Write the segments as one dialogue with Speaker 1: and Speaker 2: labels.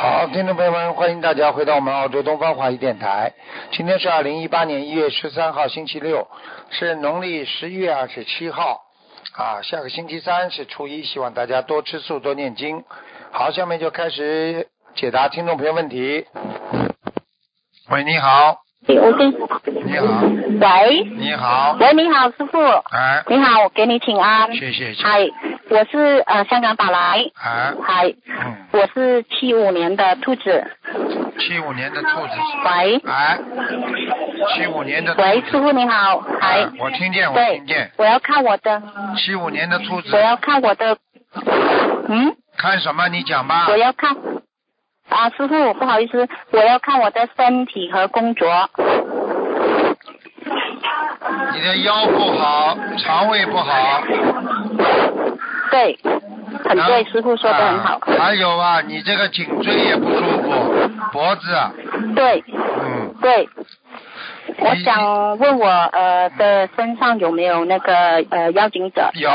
Speaker 1: 好，听众朋友们，欢迎大家回到我们澳洲东方华语电台。今天是二零一八年一月十三号，星期六，是农历十一月二十七号。啊，下个星期三是初一，希望大家多吃素，多念经。好，下面就开始解答听众朋友问题。喂，你好，
Speaker 2: 我跟
Speaker 1: 你好，
Speaker 2: 喂
Speaker 1: 你好，
Speaker 2: 喂，你好，师傅，
Speaker 1: 哎，
Speaker 2: 你好，我给你请安。
Speaker 1: 谢谢，谢谢
Speaker 2: 嗨，我是呃香港打来，
Speaker 1: 哎，
Speaker 2: 嗨，
Speaker 1: 嗯，
Speaker 2: 我是七五年的兔子。
Speaker 1: 七五年的兔子，
Speaker 2: 喂
Speaker 1: 哎，七五年的兔
Speaker 2: 喂，
Speaker 1: 子
Speaker 2: 师傅你好，嗨
Speaker 1: 哎，，我听见，我
Speaker 2: 对
Speaker 1: 听见，，
Speaker 2: 我要看我的，
Speaker 1: 七五年的兔子
Speaker 2: 我，要看我的，嗯，
Speaker 1: 看什么？你讲吧
Speaker 2: 我。要看。啊，师傅，不好意思，我要看我的身体和工作。
Speaker 1: 你的腰不好，肠胃不好，
Speaker 2: 对，很
Speaker 1: 然后
Speaker 2: 对，师傅说的很好。
Speaker 1: 啊还有啊，你这个颈椎也不舒服，脖子，啊
Speaker 2: 对，
Speaker 1: 嗯，
Speaker 2: 对，我
Speaker 1: 你
Speaker 2: 想问我呃的身上有没有那个呃邀请者？
Speaker 1: 有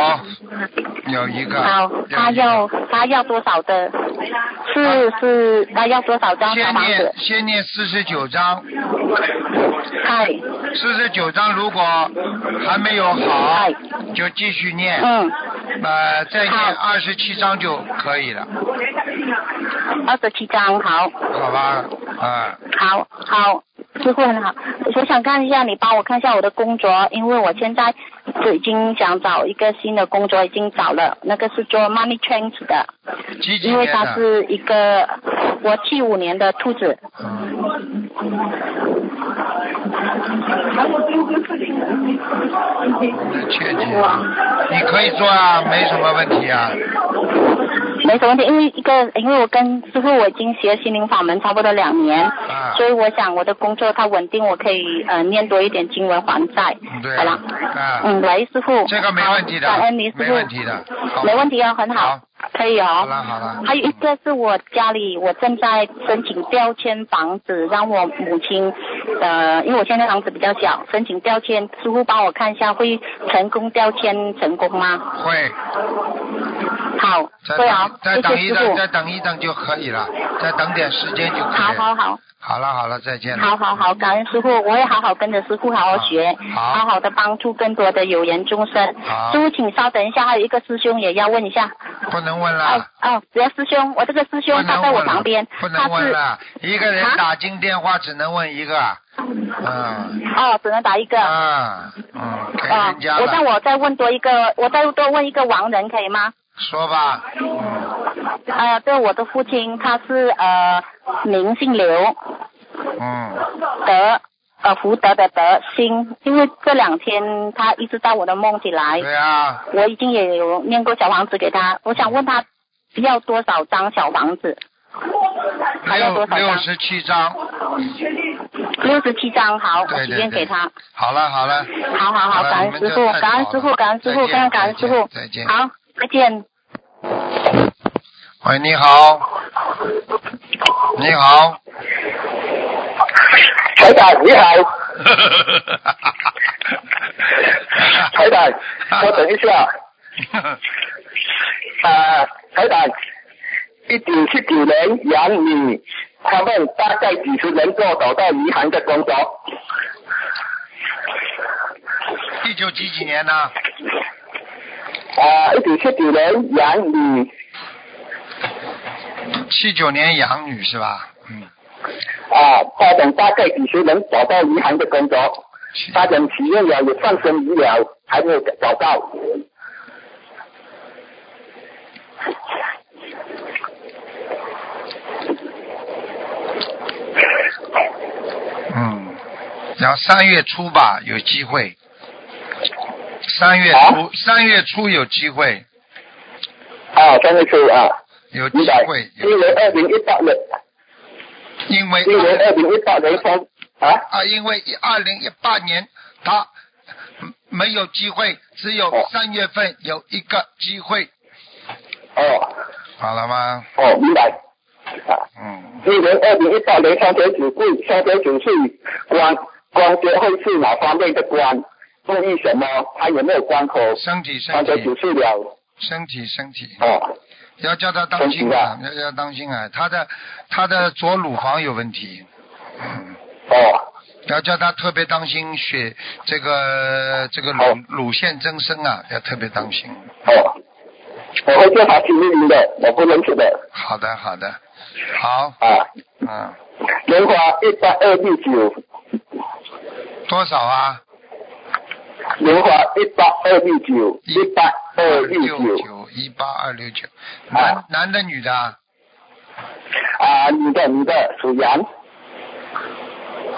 Speaker 1: 有一个。
Speaker 2: 好
Speaker 1: 有，
Speaker 2: 他
Speaker 1: 一个
Speaker 2: 要他要多少的？是是，他要多少张小
Speaker 1: 先
Speaker 2: 房子
Speaker 1: 念？先念四十九章，
Speaker 2: 嗨，
Speaker 1: 四十九章如果还没有好
Speaker 2: 嗨，
Speaker 1: 就继续念，
Speaker 2: 哎嗯，
Speaker 1: 呃，再念
Speaker 2: 好
Speaker 1: 二十七章就可以了，
Speaker 2: 二十七张，好，
Speaker 1: 好吧？啊、
Speaker 2: 好，好，师傅很好。我想看一下，你帮我看一下我的工作，因为我现在就已经想找一个新的工作，已经找了，那个是做 money change 的，
Speaker 1: 几几
Speaker 2: 因为
Speaker 1: 年
Speaker 2: 他
Speaker 1: 的？
Speaker 2: 是一个我七五年的兔子。
Speaker 1: 嗯，那确定，你可以做啊，没什么问题啊。
Speaker 2: 没什么问题，因为一个，因为我跟师傅我已经学心灵法门差不多两年，
Speaker 1: 啊
Speaker 2: 所以我想我的工作它稳定，我可以呃念多一点经文还债。
Speaker 1: 嗯对啊
Speaker 2: 好了，，
Speaker 1: 啊，
Speaker 2: 嗯，喂，师傅，
Speaker 1: 这个没问题的
Speaker 2: 好感恩哎你，师，
Speaker 1: 没
Speaker 2: 傅，
Speaker 1: 问题的，好
Speaker 2: 没问题啊，很
Speaker 1: 好
Speaker 2: 好，可以
Speaker 1: 好
Speaker 2: 哦。
Speaker 1: 了好了，
Speaker 2: 还有一个是我家里，我正在申请标签房子，让我母亲，呃，因为我现在房子比较小，申请标签，师傅帮我看一下会成功标签成功吗？
Speaker 1: 会，
Speaker 2: 好
Speaker 1: 再，
Speaker 2: 对啊
Speaker 1: 等，再
Speaker 2: 谢
Speaker 1: 等
Speaker 2: 谢
Speaker 1: 一
Speaker 2: 师傅
Speaker 1: 等，。再等一等就可以了，再等点时间就可
Speaker 2: 好
Speaker 1: 以了。
Speaker 2: 好好。
Speaker 1: 好了好了，再见了。
Speaker 2: 好好好，感恩师傅，我会好好跟着师傅好好学，
Speaker 1: 好
Speaker 2: 好好的帮助更多的有缘众生。
Speaker 1: 好
Speaker 2: 师傅，请稍等一下，还有一个师兄也要问一下。
Speaker 1: 不能问
Speaker 2: 哦
Speaker 1: 了，
Speaker 2: 哦，只要师兄，我这个师
Speaker 1: 不
Speaker 2: 兄他
Speaker 1: 能
Speaker 2: 在我
Speaker 1: 问
Speaker 2: 旁边
Speaker 1: 了，，不能
Speaker 2: 他
Speaker 1: 问
Speaker 2: 是
Speaker 1: 了。一个人
Speaker 2: 啊
Speaker 1: 打进电话只能问一个，嗯
Speaker 2: 哦，只能打一个。哦，
Speaker 1: 啊嗯，给人家
Speaker 2: 我让
Speaker 1: 了，
Speaker 2: 我再问多一个，我再多问一个亡人可以吗？
Speaker 1: 说吧，嗯
Speaker 2: 呃，对，我的父亲他是呃名姓刘，
Speaker 1: 嗯，
Speaker 2: 德呃福德的德兴，因为这两天他一直到我的梦里来。
Speaker 1: 对啊，
Speaker 2: 我已经也有念过小房子给他，我想问他要多少张小房子？还要
Speaker 1: 六
Speaker 2: 多少
Speaker 1: 六
Speaker 2: 张？
Speaker 1: 十七张，
Speaker 2: 六十七张，好，我
Speaker 1: 对
Speaker 2: 随
Speaker 1: 对
Speaker 2: 便
Speaker 1: 对
Speaker 2: 给他。
Speaker 1: 好了好了，
Speaker 2: 好好
Speaker 1: 好
Speaker 2: 好，
Speaker 1: 了
Speaker 2: 感
Speaker 1: 你
Speaker 2: 恩
Speaker 1: 们
Speaker 2: 师
Speaker 1: 这
Speaker 2: 傅，
Speaker 1: 太
Speaker 2: 感恩
Speaker 1: 好
Speaker 2: 师
Speaker 1: 了
Speaker 2: 傅，感恩师
Speaker 1: 再
Speaker 2: 傅，非
Speaker 1: 见
Speaker 2: 常感恩
Speaker 1: 再
Speaker 2: 师
Speaker 1: 见
Speaker 2: 傅。
Speaker 1: 再见
Speaker 2: 好，再见。
Speaker 1: 喂，你好，你 好，
Speaker 3: 台长 你好，台长，稍等一下，啊、台长，一九七九年杨女，他们大概几十人做找到银行的工作，
Speaker 1: 一九几几年呢？
Speaker 3: 啊、一九七九年杨女，
Speaker 1: 七九年养女是吧？嗯，
Speaker 3: 啊、他们大概几十人找到银行的工作，
Speaker 1: 七
Speaker 3: 他们体验了也上升了，还没有找到，
Speaker 1: 嗯，然后三月初吧，有机会。三月初，三月初有机会，
Speaker 3: 啊，真的是啊，
Speaker 1: 有机
Speaker 3: 明白
Speaker 1: 会，，有
Speaker 3: 因为二零一八年，
Speaker 1: 因为
Speaker 3: 因为二零一八年风啊。
Speaker 1: 啊，因为二零一八年他嗯没有机会，只有
Speaker 3: 哦
Speaker 1: 三月份有一个机会，
Speaker 3: 哦，
Speaker 1: 好了吗？
Speaker 3: 哦，明白。啊，
Speaker 1: 嗯，
Speaker 3: 今年二零一八年香港主会，香港主会关关节会是哪方面的关？为什么？还有没有关口？
Speaker 1: 身体身
Speaker 3: 香港
Speaker 1: 体
Speaker 3: 主会了。
Speaker 1: 身体身体，
Speaker 3: 哦，
Speaker 1: 要叫他当心啊，要要当心啊，他的他的左乳房有问题，嗯，
Speaker 3: 哦，
Speaker 1: 要叫他特别当心血这个这个
Speaker 3: 好
Speaker 1: 乳乳腺增生啊，要特别当心。
Speaker 3: 哦，我会叫他听命的，我不能吃的
Speaker 1: 好的，好的，好，
Speaker 3: 啊。
Speaker 1: 嗯，
Speaker 3: 莲花一八二六九，
Speaker 1: 多少啊？
Speaker 3: 莲花一八二六九，一八二六
Speaker 1: 六
Speaker 3: 九
Speaker 1: 九一八二六九，男
Speaker 3: 啊
Speaker 1: 男的女的啊？
Speaker 3: 啊，你的你的属羊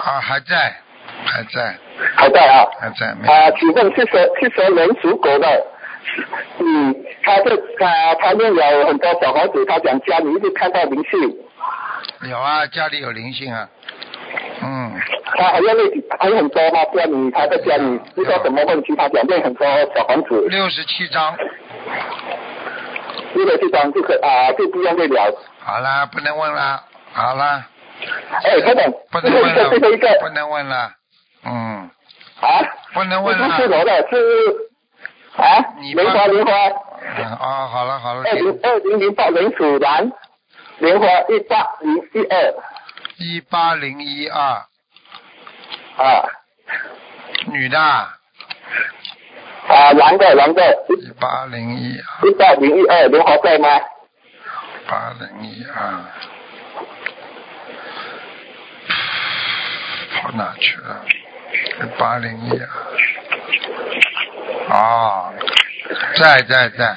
Speaker 1: 啊，还在，还在，
Speaker 3: 还在啊？
Speaker 1: 还在，没
Speaker 3: 啊，请问是谁是谁人属狗的？嗯，他这他他念了很多小房子，他讲家里一直看到灵性，
Speaker 1: 有啊，家里有灵性啊，嗯，
Speaker 3: 他还要念还有很多吗？家里他在家
Speaker 1: 嗯
Speaker 3: 里遇到什么问题，他讲念很多小房子，
Speaker 1: 六十七张，
Speaker 3: 为了这张就是啊就不用念了。
Speaker 1: 好啦，不能问啦，好啦，
Speaker 3: 哎，他讲
Speaker 1: 不
Speaker 3: 最
Speaker 1: 能
Speaker 3: 后一
Speaker 1: 问啊
Speaker 3: 个最后一个
Speaker 1: 了，不能问了，嗯，
Speaker 3: 啊，
Speaker 1: 不能
Speaker 3: 不
Speaker 1: 问
Speaker 3: 是
Speaker 1: 了，
Speaker 3: 我的，是啊，
Speaker 1: 你
Speaker 3: 莲花
Speaker 1: 帮
Speaker 3: 莲花，哎
Speaker 1: 嗯哦，好了好了，
Speaker 3: 二零二零零八人属羊，莲花一八零一二
Speaker 1: 一八零一二，
Speaker 3: 啊
Speaker 1: 女的啊，
Speaker 3: 啊，狼的狼的
Speaker 1: 一八零一二。
Speaker 3: 一八零一二莲花在吗？
Speaker 1: 八零一二，跑哪去了？八零一啊二，哦，在在在，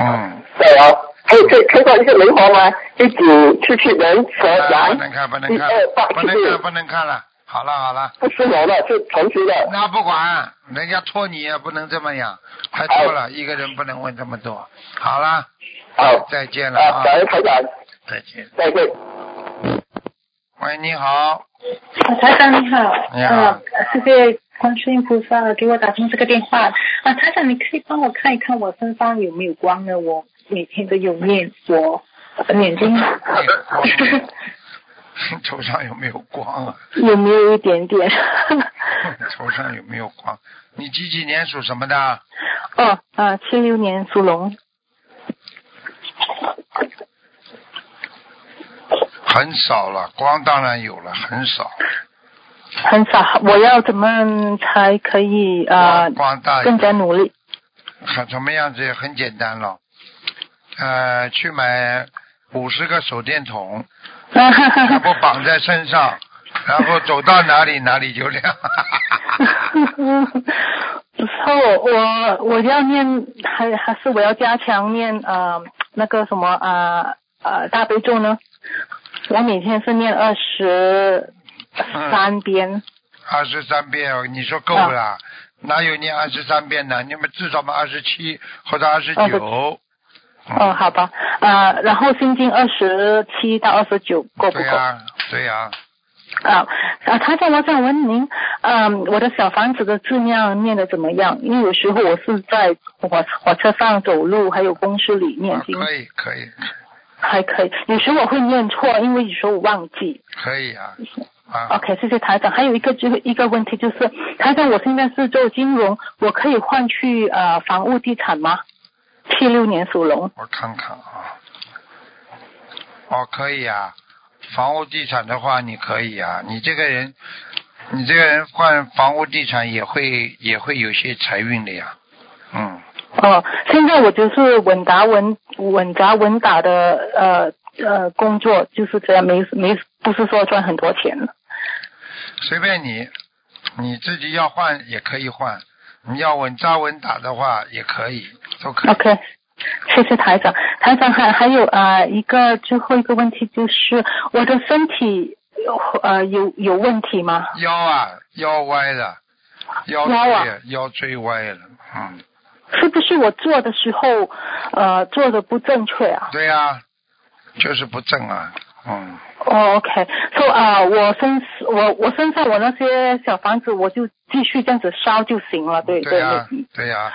Speaker 1: 嗯，
Speaker 3: 在啊，可以可以看到一个莲花吗？一九七七人蛇
Speaker 1: 啊
Speaker 3: 羊
Speaker 1: 不，能看不能
Speaker 3: 一
Speaker 1: 看
Speaker 3: 二呃八
Speaker 1: 不
Speaker 3: 七
Speaker 1: 能看
Speaker 3: 六，
Speaker 1: 不能看了，好了好了，
Speaker 3: 不是我的，是同学的。
Speaker 1: 那不管，人家托你也不能这么样，太多了，一个人不能问这么多，好了，
Speaker 3: 好
Speaker 1: 再见了啊
Speaker 3: 啊，感，恩台长，
Speaker 1: 再见。
Speaker 3: 再见。
Speaker 1: 喂，你好，
Speaker 4: 啊，台长你好，
Speaker 1: 你好
Speaker 4: 啊，谢谢观世音菩萨给我打通这个电话。啊，台长，你可以帮我看一看我身上有没有光呢？我每天都有念我眼睛
Speaker 1: 你好你头上有没有光啊？
Speaker 4: 有没有一点点？
Speaker 1: 头上有没有光？你几几年属什么的？
Speaker 4: 哦，啊，七六年属龙，
Speaker 1: 很少了，光当然有了，很少。
Speaker 4: 很少。我要怎么才可以啊、
Speaker 1: 光光大
Speaker 4: 更加努力？
Speaker 1: 很什么样子？很简单了，呃，去买五十个手电筒，
Speaker 4: 啊哈哈
Speaker 1: 然后
Speaker 4: 哈。
Speaker 1: 绑在身 上，然后走到哪里哪里就亮。
Speaker 4: 然后我我我要念，还还是我要加强念呃那个什么啊呃呃大悲咒呢？我每天是念二十三遍，
Speaker 1: 二十三遍哦，你说够不
Speaker 4: 啊
Speaker 1: 啦？哪有你二十三遍呢？你们至少嘛二十七或者二十九。嗯
Speaker 4: 哦、好吧，呃，然后心经二十七到二十九够不
Speaker 1: 对
Speaker 4: 够？
Speaker 1: 呀、对呀、
Speaker 4: 啊啊，台长，我想问您，嗯，我的小房子的质量念的怎么样？因为有时候我是在火火车上走路，还有公司里念
Speaker 1: 啊
Speaker 4: 经，
Speaker 1: 可以可以
Speaker 4: 还可以。有时候我会念错，因为有时候我忘记。
Speaker 1: 可以啊啊
Speaker 4: OK，谢谢台长。还有一个就一个问题就是，台长，我现在是做金融，我可以换去呃房屋地产吗？七六年属龙，
Speaker 1: 我看看啊，哦，可以啊，房屋地产的话，你可以啊，你这个人，你这个人换房屋地产也会也会有些财运的呀，嗯，
Speaker 4: 哦、现在我就是稳打稳稳扎稳打的呃呃工作，就是这样，没没不是说赚很多钱了。
Speaker 1: 随便你，你自己要换也可以换，你要稳扎稳打的话也可以，都可以。
Speaker 4: OK，谢谢台长。台长还还有啊、呃一个最后一个问题就是我的身体呃有有问题吗？
Speaker 1: 腰啊，腰歪了，腰椎
Speaker 4: 腰啊
Speaker 1: 腰椎歪了，嗯，
Speaker 4: 是不是我做的时候，呃，做的不正确啊？
Speaker 1: 对呀、就是不正啊，嗯。
Speaker 4: 哦、o k 说、啊，我身我我身上我那些小房子，我就继续这样子烧就行了，对啊
Speaker 1: 对呀、
Speaker 4: 对。
Speaker 1: 对呀、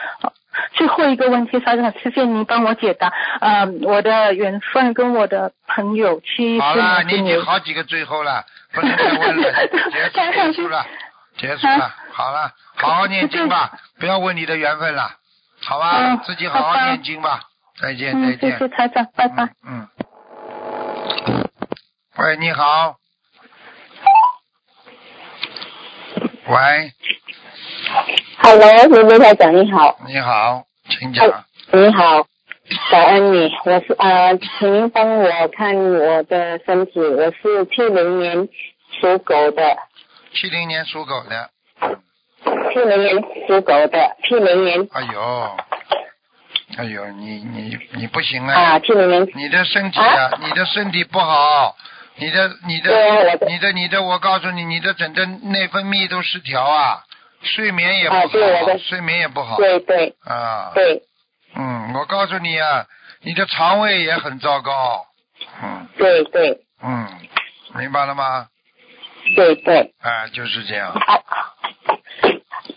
Speaker 4: 最后一个问题，台长，谢谢您帮我解答。呃，我的缘分跟我的朋友去
Speaker 1: 好了，你
Speaker 4: 去
Speaker 1: 你好几个最后了，不能再问了， 结束结束了，结束
Speaker 4: 啊
Speaker 1: 了，好了， 好好念经吧，不要问你的缘分了，好吧，
Speaker 4: 嗯
Speaker 1: 自己好好
Speaker 4: 好吧
Speaker 1: 念经吧，再见，再
Speaker 4: 嗯，谢
Speaker 1: 见。
Speaker 4: 谢台长，拜拜。
Speaker 1: 嗯。喂，你好。喂，
Speaker 2: Hello，刘队台长你好，
Speaker 1: 你好，请讲。
Speaker 2: 你好，感恩你，我是呃，请您帮我看我的身体，我是七零年属狗的，
Speaker 1: 七零年属狗的，
Speaker 2: 七零年属狗的，七零年
Speaker 1: 哎呦，哎呦，你你你不行啊！
Speaker 2: 啊，七零年，
Speaker 1: 你的身体啊，你的身体不好，你的你
Speaker 2: 对啊，
Speaker 1: 的
Speaker 2: 我的
Speaker 1: 你的你的，我告诉你，你的整个内分泌都失调啊，睡眠也不
Speaker 2: 啊对我
Speaker 1: 好，
Speaker 2: 的
Speaker 1: 睡眠也不好
Speaker 2: 对对
Speaker 1: 啊。
Speaker 2: 对
Speaker 1: 嗯，我告诉你啊，你的肠胃也很糟糕。嗯
Speaker 2: 对对
Speaker 1: 嗯，明白了吗？
Speaker 2: 对对，
Speaker 1: 哎，就是这样。
Speaker 2: 好、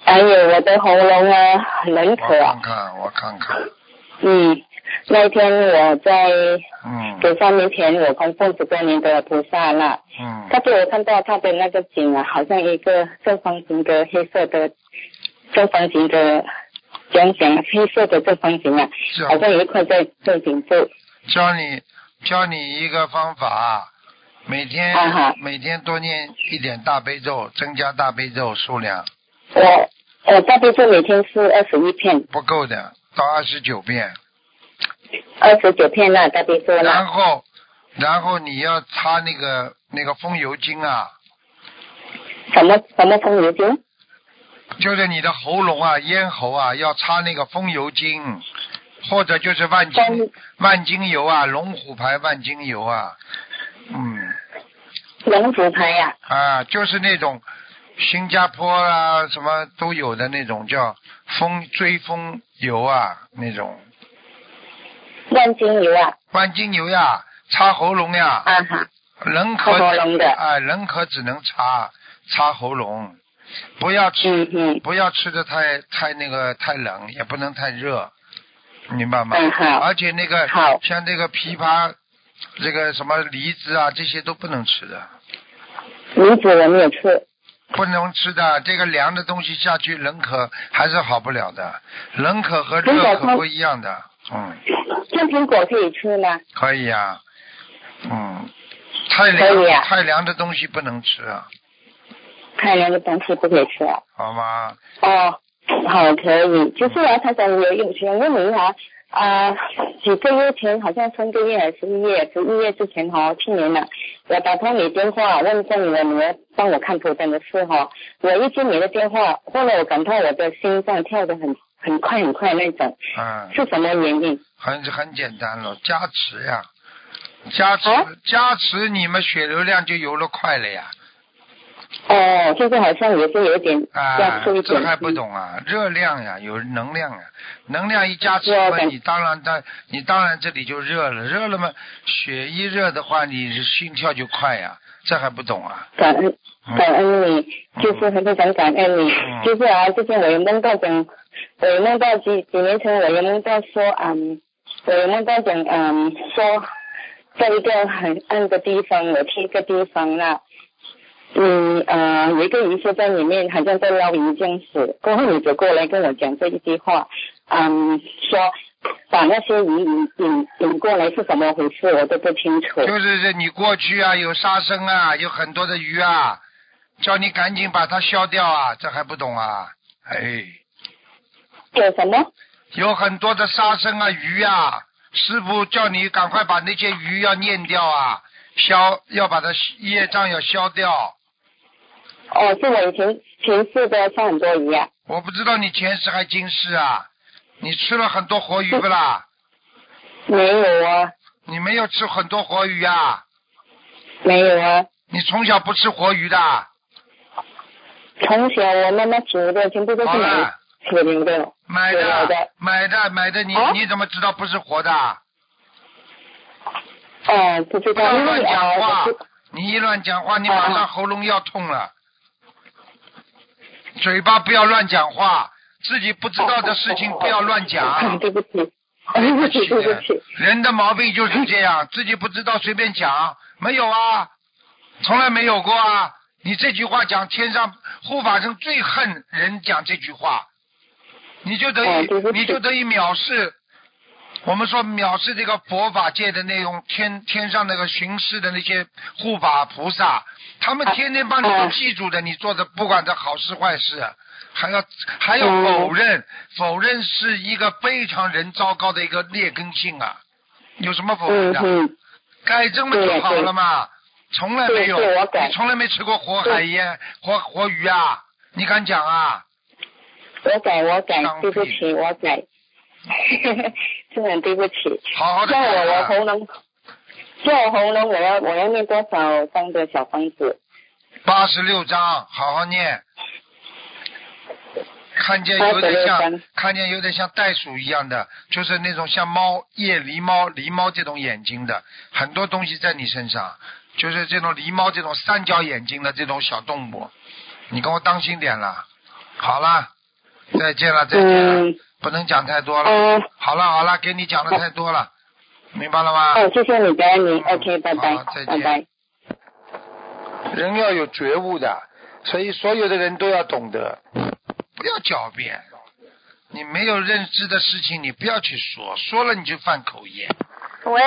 Speaker 2: 还有哎我的喉咙啊，很
Speaker 1: 我
Speaker 2: 渴
Speaker 1: 看
Speaker 2: 啊，
Speaker 1: 看，我看看。
Speaker 2: 嗯，那天我在
Speaker 1: 嗯
Speaker 2: 九三年前我供奉十多年的菩萨了。
Speaker 1: 嗯，
Speaker 2: 但是我看到他的那个景啊，好像一个正方形的黑色的正方形的讲讲黑色的正方形啊，
Speaker 1: 叫
Speaker 2: 好像有一块在正颈部
Speaker 1: 教你教你一个方法，每天、
Speaker 2: 啊哈
Speaker 1: 每天多念一点大悲咒，增加大悲咒数量。
Speaker 2: 我我呃大悲咒每天是二十一片，
Speaker 1: 不够的，到二十九遍。
Speaker 2: 二十九片啦，大悲咒
Speaker 1: 然
Speaker 2: 啦。
Speaker 1: 后，然后你要擦那个那个风油精啊，
Speaker 2: 什么什么风油精？
Speaker 1: 就是你的喉咙啊、咽喉啊，要擦那个风油精，或者就是万金
Speaker 2: 风
Speaker 1: 万金油啊，龙虎牌万金油啊，嗯
Speaker 2: 龙虎牌呀、
Speaker 1: 啊，就是那种新加坡啊什么都有的那种叫风追风油啊那种
Speaker 2: 万金油啊，
Speaker 1: 万金油呀，擦喉咙呀。
Speaker 2: 啊哈，
Speaker 1: 人可
Speaker 2: 喝喉咙的
Speaker 1: 哎，人可只能擦擦喉咙，不要吃、
Speaker 2: 嗯嗯
Speaker 1: 不要吃的太太那个太冷，也不能太热，明白吗？
Speaker 2: 嗯好
Speaker 1: 而且那个
Speaker 2: 好
Speaker 1: 像这个枇杷，这个什么梨子啊，这些都不能吃的，
Speaker 2: 梨子我没有吃，
Speaker 1: 不能吃的。这个凉的东西下去，人可还是好不了的，冷可和
Speaker 2: 如果
Speaker 1: 热可
Speaker 2: 它
Speaker 1: 不一样的。嗯，
Speaker 2: 青苹果可以吃吗？
Speaker 1: 可以啊，嗯，太
Speaker 2: 可以
Speaker 1: 凉、
Speaker 2: 啊
Speaker 1: 太凉的东西不能吃啊。
Speaker 2: 太凉的东西不可以吃啊。
Speaker 1: 好吗？
Speaker 2: 哦，好，可以。就是啊，他想有有想问你啊，啊、几个月前好像三个月还是一月，十一月之前哈、哦，去年了，我打通你电话问过你的女儿帮我看图腾的事哈、我一接你的电话，后来我感到我的心脏跳得很很快很快那种，
Speaker 1: 嗯，
Speaker 2: 是什么原因？
Speaker 1: 很很简单了，加持呀，加持、
Speaker 2: 啊
Speaker 1: 加持，你们血流量就游了快了呀。
Speaker 2: 哦，就是好像也是有一点
Speaker 1: 啊
Speaker 2: 要注意，
Speaker 1: 这
Speaker 2: 点。
Speaker 1: 还不懂啊？热量呀，有能量呀，能量一加持
Speaker 2: 对
Speaker 1: 嘛，
Speaker 2: 对
Speaker 1: 你当然当你当然这里就热了，热了嘛，血一热的话，你心跳就快呀，这还不懂啊？
Speaker 2: 感恩
Speaker 1: 嗯
Speaker 2: 感恩你，就是很非常感恩你
Speaker 1: 嗯。
Speaker 2: 就是啊，之前我有梦到讲，我有梦到几几年前我有梦到说，嗯，我有梦到讲，嗯，说在一个很暗的地方，我去一个地方啦。嗯呃，有一个鱼就在里面，好像在捞鱼这样子。过后你走过来跟我讲这一句话，嗯，说把那些鱼引引引过来是怎么回事，我都不清楚。
Speaker 1: 就是这你过去啊，有杀生啊，有很多的鱼啊，叫你赶紧把它消掉啊，这还不懂啊？哎。
Speaker 2: 有什么？
Speaker 1: 有很多的杀生啊、鱼啊，师傅叫你赶快把那些鱼要念掉啊，消要把它业障要消掉。
Speaker 2: 哦，是我以前前世的像很多鱼啊，
Speaker 1: 我不知道你前世还今世啊，你吃了很多活鱼不啦？
Speaker 2: 没有啊，
Speaker 1: 你没有吃很多活鱼啊？
Speaker 2: 没有啊。
Speaker 1: 你从小不吃活鱼的？
Speaker 2: 从小我妈妈煮的全部都是
Speaker 1: 好
Speaker 2: 买
Speaker 1: 了，
Speaker 2: 水流的，
Speaker 1: 买
Speaker 2: 对好
Speaker 1: 的
Speaker 2: 的，
Speaker 1: 买的，买的，你
Speaker 2: 啊
Speaker 1: 你怎么知道不是活的？
Speaker 2: 哦，不知
Speaker 1: 不要
Speaker 2: 道，因
Speaker 1: 乱
Speaker 2: 为
Speaker 1: 讲话
Speaker 2: 啊，我是，
Speaker 1: 你一乱讲话，你马上喉咙要痛了。嘴巴不要乱讲话，自己不知道的事情不要乱
Speaker 2: 嗯
Speaker 1: 讲。
Speaker 2: 对不起，对不起，对不起，
Speaker 1: 人的毛病就是这样， 自己不知道随便讲，没有啊，从来没有过啊。你这句话讲，天上护法神最恨人讲这句话，你就等
Speaker 2: 哦
Speaker 1: 于
Speaker 2: 对不起
Speaker 1: 你就等于藐视我们说藐视这个佛法界的那种天天上那个巡视的那些护法菩萨，他
Speaker 2: 啊
Speaker 1: 们天天帮你
Speaker 2: 哎
Speaker 1: 们记住的，你做的不管是好事坏事，啊还要还要
Speaker 5: 嗯
Speaker 1: 否认，否认是一个非常人糟糕的一个劣根性啊，有什么否认
Speaker 5: 嗯
Speaker 1: 的？
Speaker 5: 嗯，
Speaker 1: 改正不就好了嘛？从来没有，
Speaker 5: 对对我改
Speaker 1: 你从来没吃过活海鲜、活活鱼啊？你敢讲啊？
Speaker 5: 我改我改
Speaker 1: 浪，费
Speaker 5: 对不起，我改， 真的很对不起。
Speaker 1: 好好的
Speaker 5: 像我我
Speaker 1: 改、啊，
Speaker 5: 喉咙，像我喉咙，我要我要念多少张的小房子？
Speaker 1: 八十六章，好好念。看见有点
Speaker 5: 86
Speaker 1: 像
Speaker 5: 章，
Speaker 1: 看见有点像袋鼠一样的，就是那种像猫夜狸猫、狸猫这种眼睛的，很多东西在你身上，就是这种狸猫这种三角眼睛的这种小动物，你给我当心点了。好了，再见了，再见了，
Speaker 5: 嗯，
Speaker 1: 不能讲太多了。
Speaker 2: 嗯
Speaker 5: 哦
Speaker 1: 好了好了，给你讲的太多了，明白了吗？
Speaker 5: 哦，谢谢你，感恩你
Speaker 1: 嗯
Speaker 5: ，OK，拜拜
Speaker 1: 好再见，
Speaker 5: 拜拜。
Speaker 1: 人要有觉悟的，所以所有的人都要懂得，不要狡辩。你没有认知的事情，你不要去说，说了你就犯口业。
Speaker 6: 喂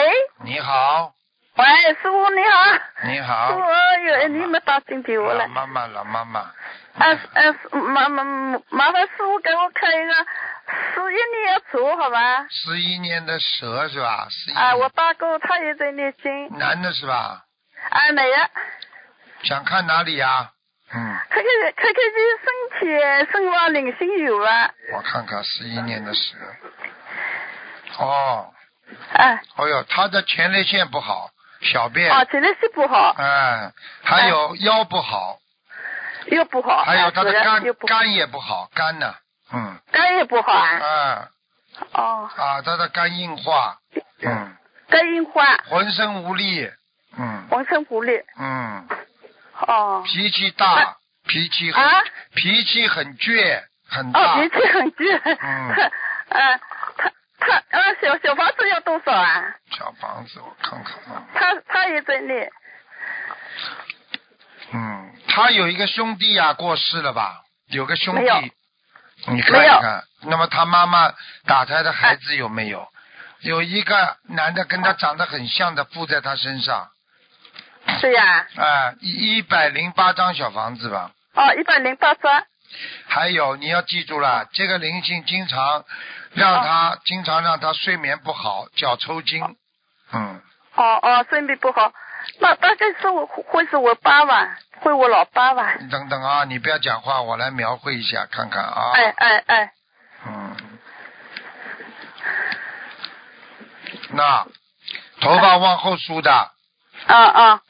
Speaker 1: 你好，
Speaker 6: 喂，师傅你好，
Speaker 1: 你
Speaker 6: 师
Speaker 1: 好，
Speaker 6: 傅有你没打进给我
Speaker 1: 老
Speaker 6: 了。
Speaker 1: 妈妈，老妈妈，
Speaker 6: 啊啊，麻麻麻烦师傅给我看一个十一年的猪好吧？
Speaker 1: 十一年的蛇是吧？十一
Speaker 6: 啊，
Speaker 1: 年
Speaker 6: 我大哥他也在念经，
Speaker 1: 男的是吧？
Speaker 6: 啊，没有，
Speaker 1: 想看哪里呀、嗯，
Speaker 6: 看看看看这身体身上灵性有啊吧？
Speaker 1: 我看看十一年的蛇。哦，
Speaker 6: 啊，
Speaker 1: 哎呦，他的前列腺不好，小便。
Speaker 6: 啊，前列腺不好，
Speaker 1: 哎，还有腰不好，
Speaker 6: 又不好，
Speaker 1: 还有哎他的
Speaker 6: 啊
Speaker 1: 肝
Speaker 6: 又不好，
Speaker 1: 肝也不好，肝呢，嗯，
Speaker 6: 肝也不好啊，
Speaker 1: 哎
Speaker 6: 哦，
Speaker 1: 啊，他的肝硬化，嗯，
Speaker 6: 肝硬化，
Speaker 1: 浑身无力，嗯
Speaker 6: 浑身无力，
Speaker 1: 嗯，
Speaker 6: 哦，
Speaker 1: 脾气大，脾气很
Speaker 6: 啊，
Speaker 1: 脾气很倔，很
Speaker 6: 哦，
Speaker 1: 大
Speaker 6: 脾，气很倔，
Speaker 1: 啊 嗯
Speaker 6: 他，啊，他他啊，小小房子要多少啊？
Speaker 1: 小房子我看看啊，
Speaker 6: 他他也在念，
Speaker 1: 嗯，他有一个兄弟呀、过世了吧？有个兄
Speaker 6: 没有
Speaker 1: 弟，你看
Speaker 6: 没
Speaker 1: 一
Speaker 6: 有
Speaker 1: 看。那么他妈妈打胎的孩子有没有？有一个男的跟他长得很像的附在他身上，
Speaker 6: 对呀、
Speaker 1: 啊，一百零八张小房子吧。
Speaker 6: 哦，一百零八张，
Speaker 1: 还有你要记住了，这个灵性经常让
Speaker 6: 啊
Speaker 1: 他、经常让他睡眠不好，脚抽筋。嗯，
Speaker 6: 哦哦，身体不好，那大概是我会是我爸爸，会我老爸爸，
Speaker 1: 你等等啊，你不要讲话，我来描绘一下看看啊。
Speaker 6: 哎哎哎，
Speaker 1: 嗯，那头发往后梳的，
Speaker 6: 啊啊，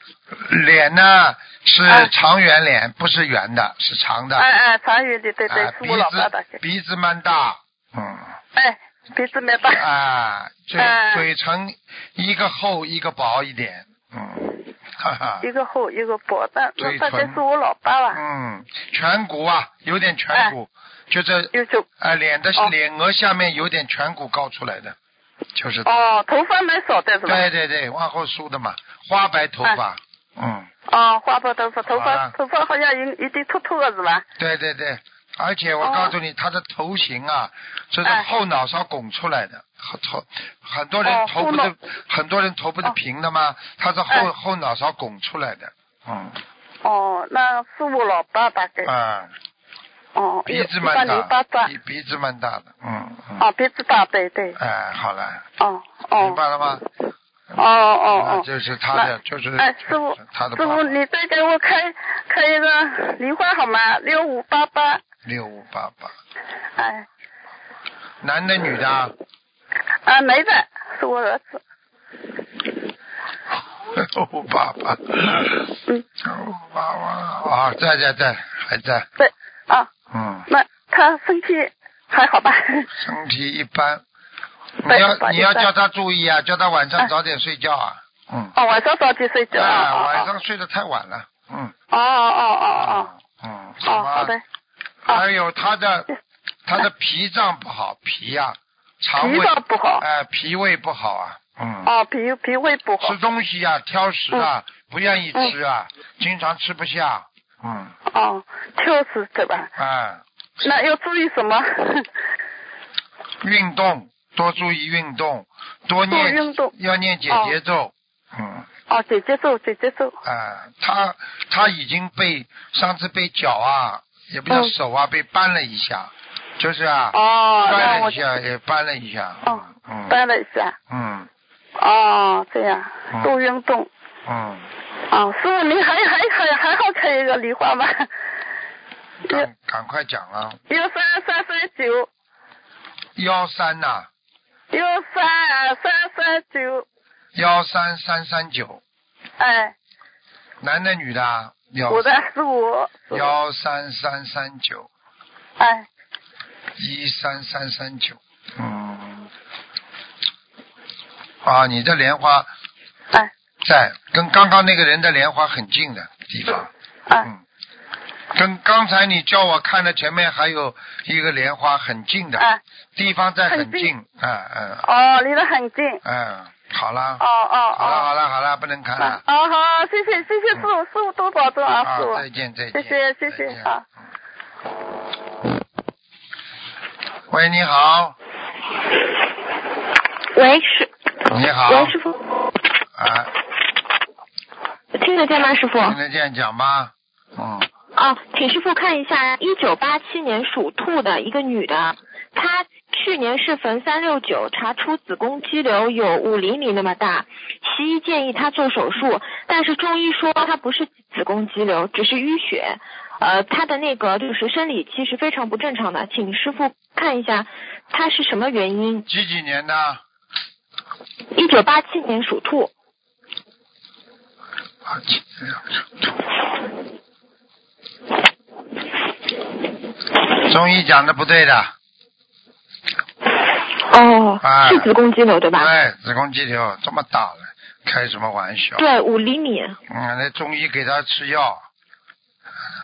Speaker 1: 脸呢是
Speaker 6: 哎
Speaker 1: 长圆脸，不是圆的，是长的。
Speaker 6: 哎哎，长远的，对对，
Speaker 1: 啊
Speaker 6: 是
Speaker 1: 鼻
Speaker 6: 我老爸爸，
Speaker 1: 子鼻子蛮大，嗯，
Speaker 6: 哎，鼻子没 大，
Speaker 1: 啊，嘴
Speaker 6: 哎
Speaker 1: 嘴唇一个厚一个薄一点，嗯， 哈哈，
Speaker 6: 一个厚一个薄，但
Speaker 1: 嘴唇
Speaker 6: 那大概是我老爸爸，
Speaker 1: 嗯，颧骨啊，有点颧骨，就这，
Speaker 6: 有九，
Speaker 1: 啊，脸的
Speaker 6: 呃哦
Speaker 1: 脸额下面有点颧骨高出来的，就是，
Speaker 6: 哦，头发蛮少的是吧？啊
Speaker 1: 对对对，往后梳的嘛，花白头发，嗯，
Speaker 6: 哦，花白头发，头
Speaker 1: 好了
Speaker 6: 发头发好像有有点秃秃的是吧？
Speaker 1: 对对对，而且我
Speaker 6: 哦
Speaker 1: 告诉你，他的头型啊，这是
Speaker 6: 哎
Speaker 1: 后脑勺拱出来的，后头很多人
Speaker 6: 哦
Speaker 1: 头不
Speaker 6: 后
Speaker 1: 是
Speaker 6: 脑
Speaker 1: 很多人头不是
Speaker 6: 哦
Speaker 1: 平的吗？他是
Speaker 6: 哎
Speaker 1: 后后脑勺拱出来的，嗯
Speaker 6: 哦，那是我老爸大概，
Speaker 1: 啊，
Speaker 6: 哦，
Speaker 1: 鼻子
Speaker 6: 一百
Speaker 1: 蛮
Speaker 6: 零八
Speaker 1: 大，
Speaker 6: 张，
Speaker 1: 鼻鼻子蛮大的，嗯嗯，
Speaker 6: 哦，鼻子大，对对，
Speaker 1: 哎，好了，
Speaker 6: 哦
Speaker 1: 明
Speaker 6: 哦。
Speaker 1: 白了吗？
Speaker 6: 哦哦
Speaker 1: 那
Speaker 6: 哦，
Speaker 1: 就是他的，
Speaker 6: 那
Speaker 1: 就是
Speaker 6: 哎，师傅，
Speaker 1: 他的
Speaker 6: 师傅，你再给我开开一个梨花好吗？六五八八，
Speaker 1: 六五八八，
Speaker 6: 哎，
Speaker 1: 男的女的啊？
Speaker 6: 啊，没的，是我儿子，
Speaker 1: 六五八八，
Speaker 6: 嗯
Speaker 1: 六五八八啊，在在在，还在，
Speaker 6: 对，啊，
Speaker 1: 嗯。
Speaker 6: 那他身体还好吧？
Speaker 1: 身体一般，
Speaker 6: 对
Speaker 1: 你要
Speaker 6: 不好意思
Speaker 1: 你要叫他注意啊，叫他晚上早点睡觉啊，嗯，
Speaker 6: 哦，晚上早点睡觉，
Speaker 1: 啊，
Speaker 6: 哦
Speaker 1: 晚
Speaker 6: 哦
Speaker 1: 上睡得太晚了，嗯，
Speaker 6: 哦哦
Speaker 1: 嗯，
Speaker 6: 哦哦哦，
Speaker 1: 好
Speaker 6: 好
Speaker 1: 吧
Speaker 6: 的，，哦
Speaker 1: 还有他的他的脾脏不 好，脾呀，肠
Speaker 6: 脾
Speaker 1: 胃，
Speaker 6: 脏不好，
Speaker 1: 哎，脾胃不好啊，嗯，
Speaker 6: 哦，嗯脾脾胃不好
Speaker 1: 吃，东西啊，挑食啊，不愿意吃啊，经常吃不下，嗯，
Speaker 6: 哦，就是对吧？
Speaker 1: 哎，
Speaker 6: 那要注意什么？
Speaker 1: 运动多注意运动，多
Speaker 6: 多
Speaker 1: 念
Speaker 6: 运动
Speaker 1: 要念姐姐咒，嗯
Speaker 6: 哦，姐姐咒，姐姐咒，
Speaker 1: 啊，他他已经被上次被脚啊，也不叫
Speaker 6: 嗯
Speaker 1: 手啊，被扳了一下，就是啊，
Speaker 6: 哦，
Speaker 1: 掰
Speaker 6: 让
Speaker 1: 了
Speaker 6: 我
Speaker 1: 一下也扳了一下，
Speaker 6: 哦
Speaker 1: 嗯嗯
Speaker 6: 搬了一下，
Speaker 1: 嗯
Speaker 6: 哦，这样
Speaker 1: 嗯
Speaker 6: 多运动，
Speaker 1: 嗯，
Speaker 6: 哦，师傅您还还还还好看一个梨花吗？
Speaker 1: 赶赶快讲了，
Speaker 6: 幺三三三九，
Speaker 1: 幺三呐，
Speaker 6: 幺三三三九，
Speaker 1: 幺三三三九，
Speaker 6: 哎，
Speaker 1: 男的女的啊？幺
Speaker 6: 我的是我，
Speaker 1: 幺三三三九
Speaker 6: 哎，
Speaker 1: 一三三三九，嗯，啊，你的莲花
Speaker 6: 哎，
Speaker 1: 在跟刚刚那个人的莲花很近的地方，
Speaker 6: 哎，
Speaker 1: 嗯，跟刚才你叫我看的前面还有一个莲花很近的、
Speaker 6: 哎，
Speaker 1: 地方在很
Speaker 6: 很
Speaker 1: 近
Speaker 6: 近，
Speaker 1: 嗯嗯
Speaker 6: 哦，离得很近，
Speaker 1: 嗯，好了，
Speaker 6: 哦哦
Speaker 1: 好了
Speaker 6: 哦
Speaker 1: 好，了好了，不能看
Speaker 6: 哦
Speaker 1: 了，
Speaker 6: 好，谢谢谢谢师傅，师傅多保重啊，
Speaker 1: 啊
Speaker 6: 师，
Speaker 1: 再
Speaker 6: 傅，
Speaker 1: 见再
Speaker 6: 谢
Speaker 1: 见，
Speaker 6: 谢谢
Speaker 1: 再
Speaker 6: 谢
Speaker 1: 见
Speaker 6: 啊。
Speaker 1: 喂，你好，
Speaker 7: 喂，师，
Speaker 1: 你好
Speaker 7: 喂，，师傅，
Speaker 1: 啊，
Speaker 7: 听得见吗，师傅？
Speaker 1: 听得见讲吧，嗯。
Speaker 7: 哦，请师傅看一下，一九八七年属兔的一个女的，她去年是逢三六九查出子宫肌瘤有五厘米那么大，西医建议她做手术，但是中医说她不是子宫肌瘤，只是淤血，呃，她的那个就是生理期是非常不正常的，请师傅看一下她是什么原因。
Speaker 1: 几几年的？
Speaker 7: 一九八七年属兔，
Speaker 1: 啊，几中医讲的不对的，啊
Speaker 7: 哦
Speaker 1: 哎，
Speaker 7: 是子宫肌瘤对吧？
Speaker 1: 对，哎子宫肌瘤这么大了，开什么玩笑？
Speaker 7: 对，五厘米。
Speaker 1: 嗯，那中医给他吃药，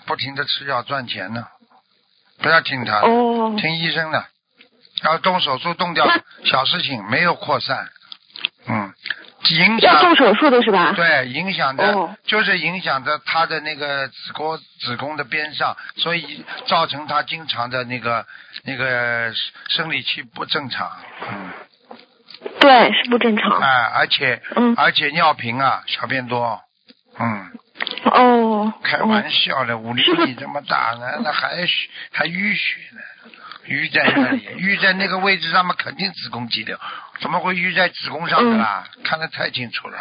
Speaker 1: 不停的吃药赚钱呢，不要听他的，
Speaker 7: 哦，
Speaker 1: 啊听医生的，要动手术动掉
Speaker 7: 那
Speaker 1: 小事情，没有扩散，嗯，影响
Speaker 7: 要动手术的是吧？
Speaker 1: 对，影响的、
Speaker 7: 哦
Speaker 1: 就是影响着他的那个子宫子宫的边上，所以造成他经常的那个那个生理期不正常，嗯，
Speaker 7: 对，是不正常。
Speaker 1: 哎，而且、
Speaker 7: 哦嗯
Speaker 1: 而且尿频啊，小便多，嗯，
Speaker 7: 哦，
Speaker 1: 开
Speaker 7: 哦
Speaker 1: 玩笑的，五厘米这么大呢，那还血还淤血呢，淤在那里，淤在那个位置上面肯定子宫肌瘤，怎么会淤在子宫上的啦？看得太清楚了，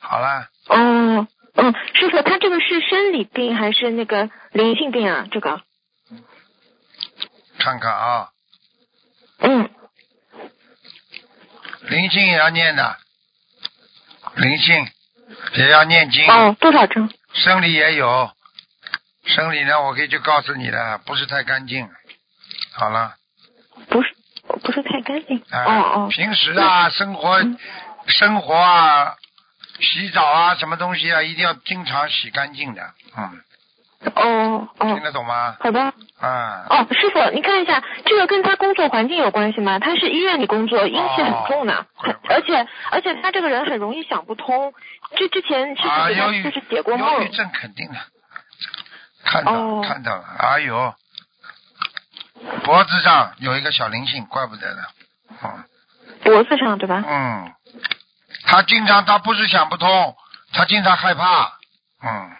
Speaker 1: 好了。
Speaker 7: 哦，嗯，师傅，他这个是生理病还是那个灵性病啊？这个，
Speaker 1: 看看啊，
Speaker 7: 嗯，
Speaker 1: 灵性也要念的，灵性也要念经，
Speaker 7: 哦，多少张？
Speaker 1: 生理也有，生理呢，我可以就告诉你了，不是太干净。好了，
Speaker 7: 不是，哦不是太干净。
Speaker 1: 啊、
Speaker 7: 哦哦，
Speaker 1: 平时啊，生活、
Speaker 7: 嗯
Speaker 1: 生活啊，洗澡啊，什么东西啊，一定要经常洗干净的，嗯，
Speaker 7: 哦
Speaker 1: 听
Speaker 7: 哦，
Speaker 1: 得懂吗？
Speaker 7: 好的。
Speaker 1: 啊、
Speaker 7: 哦，师傅，你看一下，这个跟他工作环境有关系吗？他是医院里工作，阴气很重的，
Speaker 1: 怪不得
Speaker 7: 而且而且他这个人很容易想不通。这之前师
Speaker 1: 啊，
Speaker 7: 傅给
Speaker 1: 忧
Speaker 7: 他
Speaker 1: 郁
Speaker 7: 就是解过
Speaker 1: 忧
Speaker 7: 梦
Speaker 1: 郁，症肯定的，看到了、
Speaker 7: 哦
Speaker 1: 看到了，哎呦，脖子上有一个小灵性，怪不得的，嗯
Speaker 7: 脖子上对吧？
Speaker 1: 嗯，他经常他不是想不通，他经常害怕，嗯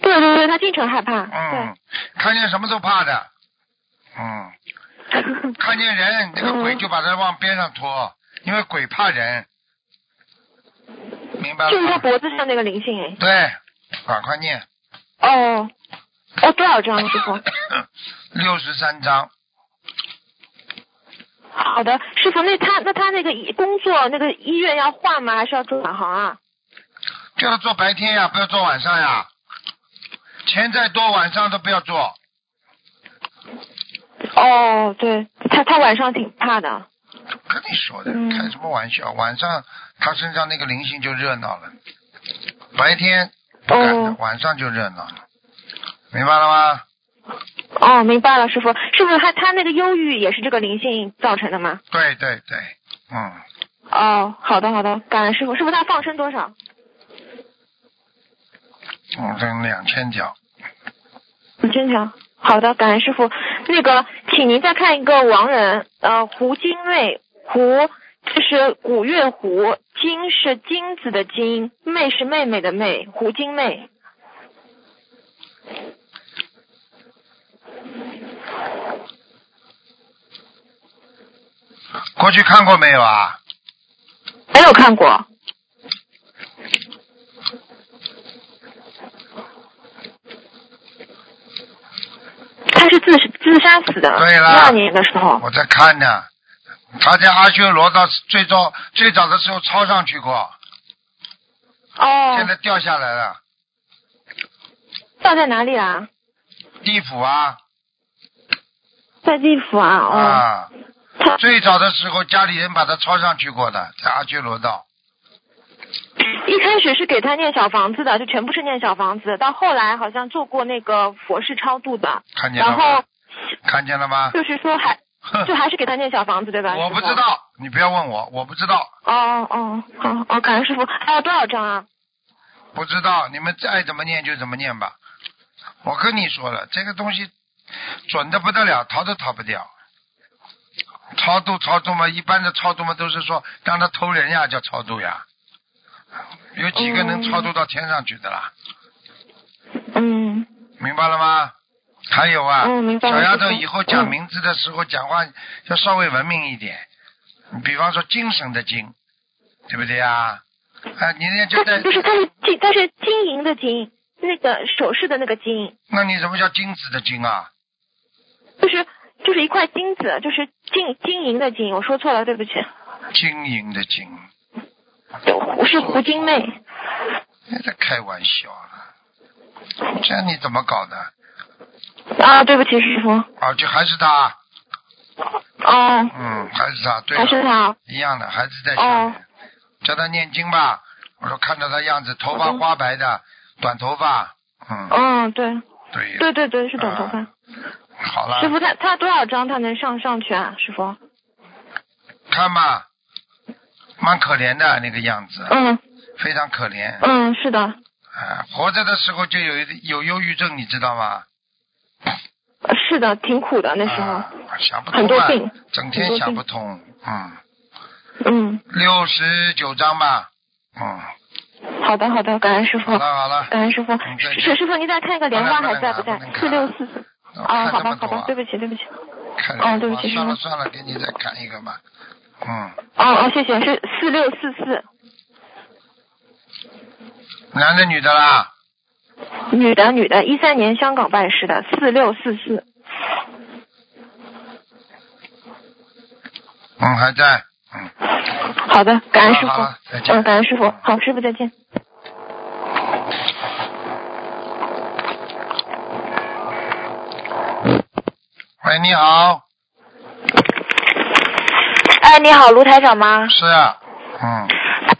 Speaker 7: 对对对，他经常害怕。
Speaker 1: 嗯，看见什么都怕的，嗯，
Speaker 7: 对。
Speaker 1: 看见人那个鬼
Speaker 7: 嗯
Speaker 1: 就把他往边上拖，因为鬼怕人，明白
Speaker 7: 就是
Speaker 1: 了
Speaker 7: 他
Speaker 1: 吗？
Speaker 7: 脖子上那个灵性
Speaker 1: 对，赶快念，
Speaker 7: 哎。哦，哦，多少张师傅？
Speaker 1: 六十三章。
Speaker 7: 好的，师傅，那他那他那个医工作那个医院要换吗？还是要转行啊？
Speaker 1: 就要做白天呀，不要做晚上呀。钱再多，晚上都不要做。
Speaker 7: 哦，对他他晚上挺怕的。
Speaker 1: 跟你说的，
Speaker 7: 嗯
Speaker 1: 开什么玩笑？晚上他身上那个灵性就热闹了，白天不敢的，
Speaker 7: 哦
Speaker 1: 晚上就热闹了，明白了吗？
Speaker 7: 哦，明白了，师傅，师傅他他那个忧郁也是这个灵性造成的吗？
Speaker 1: 对对对，嗯，
Speaker 7: 哦，好的好的，感恩师傅，师傅他放生多少？
Speaker 1: 我这两千条，
Speaker 7: 嗯，真强。好的，感恩师傅。那个，请您再看一个亡人，呃，胡金瑞，胡就是古月胡，金是金子的金，妹是妹妹的妹，胡金妹。
Speaker 1: 过去看过没有啊？
Speaker 7: 没有看过。他是自自杀死的，
Speaker 1: 对了
Speaker 7: 二年的时候。
Speaker 1: 我在看呢，他在阿修罗道最早最早的时候抄上去过，现
Speaker 7: 哦，
Speaker 1: 在掉下来了，
Speaker 7: 掉在哪里啊？
Speaker 1: 地府啊
Speaker 7: 在地府啊。哦。
Speaker 1: 啊！
Speaker 7: 他
Speaker 1: 最早的时候家里人把他抄上去过的，在阿修罗道。
Speaker 7: 一开始是给他念小房子的，就全部是念小房子。到后来好像做过那个佛事超度的，
Speaker 1: 看见了
Speaker 7: 然
Speaker 1: 吗
Speaker 7: 后？
Speaker 1: 看见了吗？
Speaker 7: 就是说还
Speaker 1: 哼
Speaker 7: 就还是给他念小房子对 吧？
Speaker 1: 我
Speaker 7: 师
Speaker 1: 不
Speaker 7: 傅
Speaker 1: 知。道，你不要问我，我不知道，
Speaker 7: 哦哦哦哦，感恩师傅。还有多少张啊？
Speaker 1: 不知道，你们爱怎么念就怎么念吧。我跟你说了，这个东西准的不得了，逃都逃不掉。超度超度嘛，一般的超度嘛都是说让他投人呀，叫超度呀。有几个能
Speaker 7: 哦
Speaker 1: 超度到天上去的啦？
Speaker 7: 嗯
Speaker 1: 明白了吗？还有啊，
Speaker 7: 嗯，明白了。
Speaker 1: 小丫
Speaker 7: 师
Speaker 1: 头
Speaker 7: 傅
Speaker 1: 以后讲
Speaker 7: 嗯
Speaker 1: 名字的时候讲话要稍微文明一点，你比方说精神的精，对不对啊？啊，你人家就
Speaker 7: 他
Speaker 1: 在
Speaker 7: 不，是，他是金，他是金银的金，那个首饰的那个金，
Speaker 1: 那你什么叫精子的精啊？
Speaker 7: 就是就是一块金子，就是金金银的金，我说错了，对不起，
Speaker 1: 经营的经，
Speaker 7: 我是胡金妹。
Speaker 1: 你在开玩笑了，这你怎么搞的？
Speaker 7: 啊，对不起，师傅。
Speaker 1: 啊，就还是他，
Speaker 7: 哦，
Speaker 1: 嗯，还是他，对
Speaker 7: 还是哦
Speaker 1: 了，
Speaker 7: 他。
Speaker 1: 一样的，还是在下面，叫他念经吧。我说看到他样子，头发花白的，短头发，嗯，
Speaker 7: 嗯，对，
Speaker 1: 对，
Speaker 7: 对对对，是短头发
Speaker 1: 啊。好
Speaker 7: 师
Speaker 1: 了，
Speaker 7: 傅，他他多少张他能上上去啊？师傅，
Speaker 1: 看吧，蛮可怜的那个样子，
Speaker 7: 嗯
Speaker 1: 非常可怜。
Speaker 7: 嗯，是的，
Speaker 1: 啊，活着的时候就有一有忧郁症，你知道吗？
Speaker 7: 是的，挺苦的那时候
Speaker 1: 啊，，想不
Speaker 7: 很
Speaker 1: 通
Speaker 7: 多
Speaker 1: 啊
Speaker 7: 病，
Speaker 1: 整天
Speaker 7: 很多
Speaker 1: 想
Speaker 7: 病
Speaker 1: 不通，嗯。
Speaker 7: 嗯，
Speaker 1: 六十九章吧。嗯，
Speaker 7: 好的好的，感恩师
Speaker 1: 好，
Speaker 7: 傅
Speaker 1: 了好了，
Speaker 7: 感恩师傅
Speaker 1: 嗯再，见
Speaker 7: 师师傅您再看一个莲花还在不在
Speaker 1: 不能？
Speaker 7: 四
Speaker 1: 看
Speaker 7: 六四四，
Speaker 1: 我
Speaker 7: 啊，
Speaker 1: 看
Speaker 7: 好
Speaker 1: 这
Speaker 7: 吧
Speaker 1: 么
Speaker 7: 好
Speaker 1: 多
Speaker 7: 吧
Speaker 1: 啊，，
Speaker 7: 对不起对不起，
Speaker 1: 看
Speaker 7: 哦对不起
Speaker 1: 哇啊算了
Speaker 7: 师
Speaker 1: 算了，给你再看一个吧。嗯，
Speaker 7: 哦哦谢谢，是四六四四，
Speaker 1: 男的女的啦，
Speaker 7: 女的女的，一三年香港拜师的，四六四四，
Speaker 1: 嗯，还在，嗯，
Speaker 7: 好的，感恩师
Speaker 1: 好了好了再
Speaker 7: 傅，
Speaker 1: 见
Speaker 7: 嗯，感恩师傅，好，师傅再见。
Speaker 1: 喂，你好，
Speaker 6: 哎，你好，卢台长吗？
Speaker 1: 是啊，嗯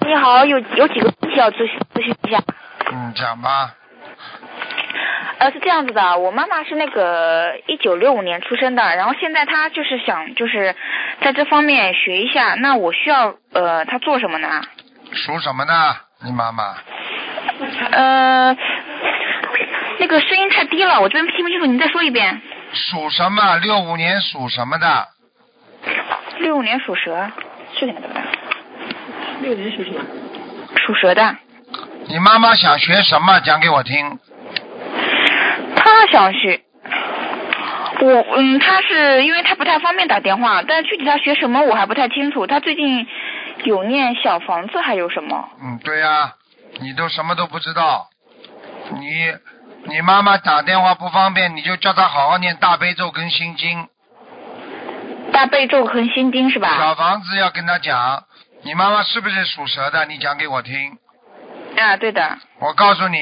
Speaker 6: 你好，有有几个问题要咨询咨询一下。
Speaker 1: 嗯，讲吧，
Speaker 6: 呃，是这样子的，我妈妈是那个一九六五年出生的，然后现在她就是想就是在这方面学一下，那我需要呃她做什么呢？
Speaker 1: 属什么呢？你妈妈
Speaker 6: 呃，那个声音太低了，我这边听不清楚，您再说一遍。
Speaker 1: 属什么？六五年属什么的？
Speaker 6: 六五年属蛇，是哪个的？六五年属什么？属蛇的，
Speaker 1: 你妈妈想学什么？讲给我听。
Speaker 6: 她想学。我嗯，她是因为她不太方便打电话，但是具体她学什么我还不太清楚。她最近有念小房子，还有什么？
Speaker 1: 嗯，对呀、你都什么都不知道，你你妈妈打电话不方便，你就叫她好好念大悲咒跟心经，
Speaker 6: 大悲咒和心经是吧？
Speaker 1: 小房子要跟她讲。你妈妈是不是属蛇的？你讲给我听。
Speaker 6: 啊，对的。
Speaker 1: 我告诉你，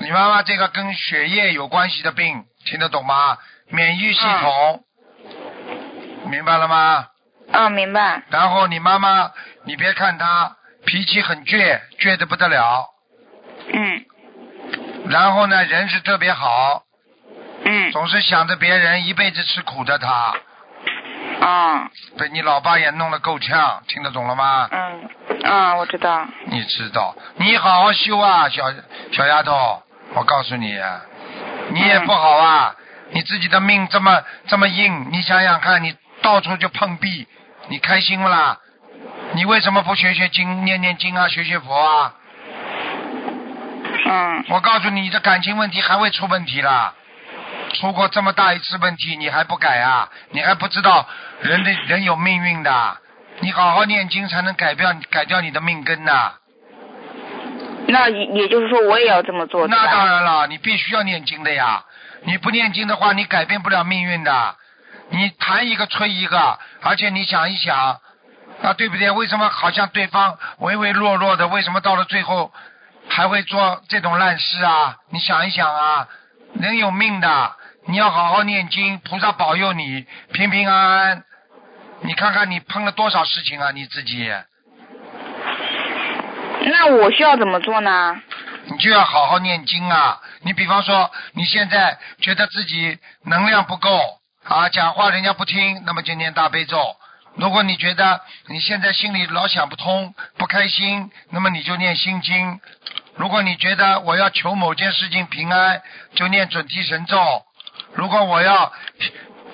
Speaker 1: 你妈妈这个跟血液有关系的病，听得懂吗？免疫系统，明白了吗？
Speaker 6: 啊，明白。
Speaker 1: 然后你妈妈，你别看她脾气很倔，倔得不得了。
Speaker 6: 嗯
Speaker 1: 然后呢，人是特别好，
Speaker 6: 嗯
Speaker 1: 总是想着别人，一辈子吃苦的他，
Speaker 6: 啊
Speaker 1: 被你老爸也弄得够呛，听得懂了吗？
Speaker 6: 嗯啊，我知道。
Speaker 1: 你知道，你好好修啊，小小丫头，我告诉你，啊你也不好啊，你自己的命这么这么硬，你想想看，你到处就碰壁，你开心不啦？你为什么不学学经、念念经啊，学学佛啊？
Speaker 8: 嗯
Speaker 1: 我告诉你，你的感情问题还会出问题啦！出过这么大一次问题，你还不改啊？你还不知道人的人有命运的，你好好念经才能改掉改掉你的命根呐、
Speaker 8: 那也也就是说，我也要这么做，对
Speaker 1: 那当
Speaker 8: 吧？
Speaker 1: 然了，你必须要念经的呀！你不念经的话，你改变不了命运的。你谈一个吹一个，而且你想一想，啊，对不对？为什么好像对方唯唯诺诺的，为什么到了最后还会做这种烂事啊？你想一想啊，人有命的，你要好好念经，菩萨保佑你平平安安。你看看你碰了多少事情啊，你自己。
Speaker 8: 那我需要怎么做呢？
Speaker 1: 你就要好好念经啊！你比方说，你现在觉得自己能量不够啊，讲话人家不听，那么就念大悲咒。如果你觉得你现在心里老想不通、不开心，那么你就念心经。如果你觉得我要求某件事情平安，就念准提神咒。如果我要